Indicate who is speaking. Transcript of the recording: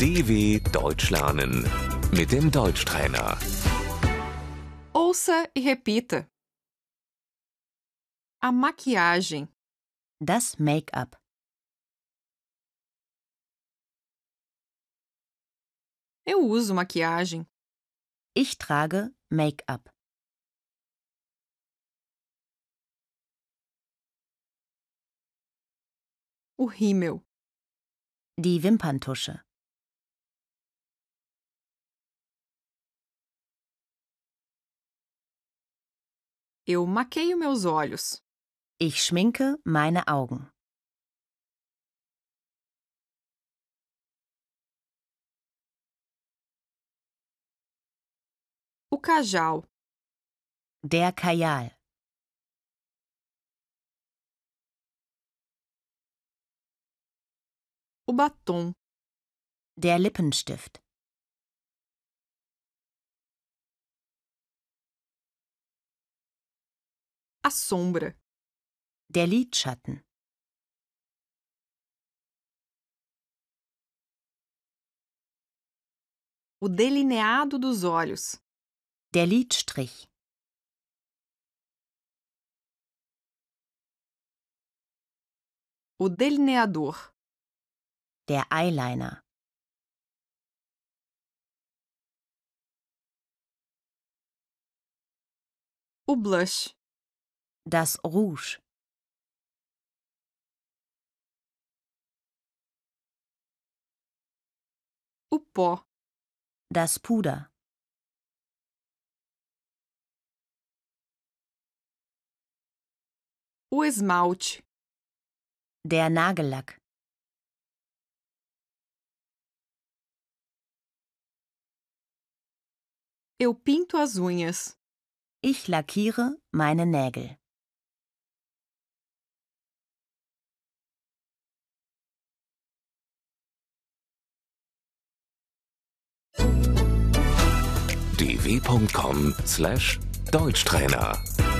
Speaker 1: DW Deutsch lernen mit dem Deutschtrainer.
Speaker 2: Ouça e repita. A maquiagem,
Speaker 3: Das Make-up,
Speaker 2: eu uso maquiagem,
Speaker 3: ich trage Make-up,
Speaker 2: o rímel,
Speaker 3: die Wimperntusche,
Speaker 2: eu maqueio meus olhos,
Speaker 3: ich schminke meine Augen,
Speaker 2: o cajal,
Speaker 3: der Kajal,
Speaker 2: o batom,
Speaker 3: der Lippenstift,
Speaker 2: a sombra,
Speaker 3: der Lidschatten,
Speaker 2: o delineado dos olhos,
Speaker 3: der Lidstrich,
Speaker 2: o delineador,
Speaker 3: der Eyeliner,
Speaker 2: o blush,
Speaker 3: das Rouge,
Speaker 2: o pó,
Speaker 3: das Puder,
Speaker 2: o esmalte,
Speaker 3: der Nagellack,
Speaker 2: eu pinto as unhas,
Speaker 3: ich lackiere meine Nägel,
Speaker 1: dw.com/deutschtrainer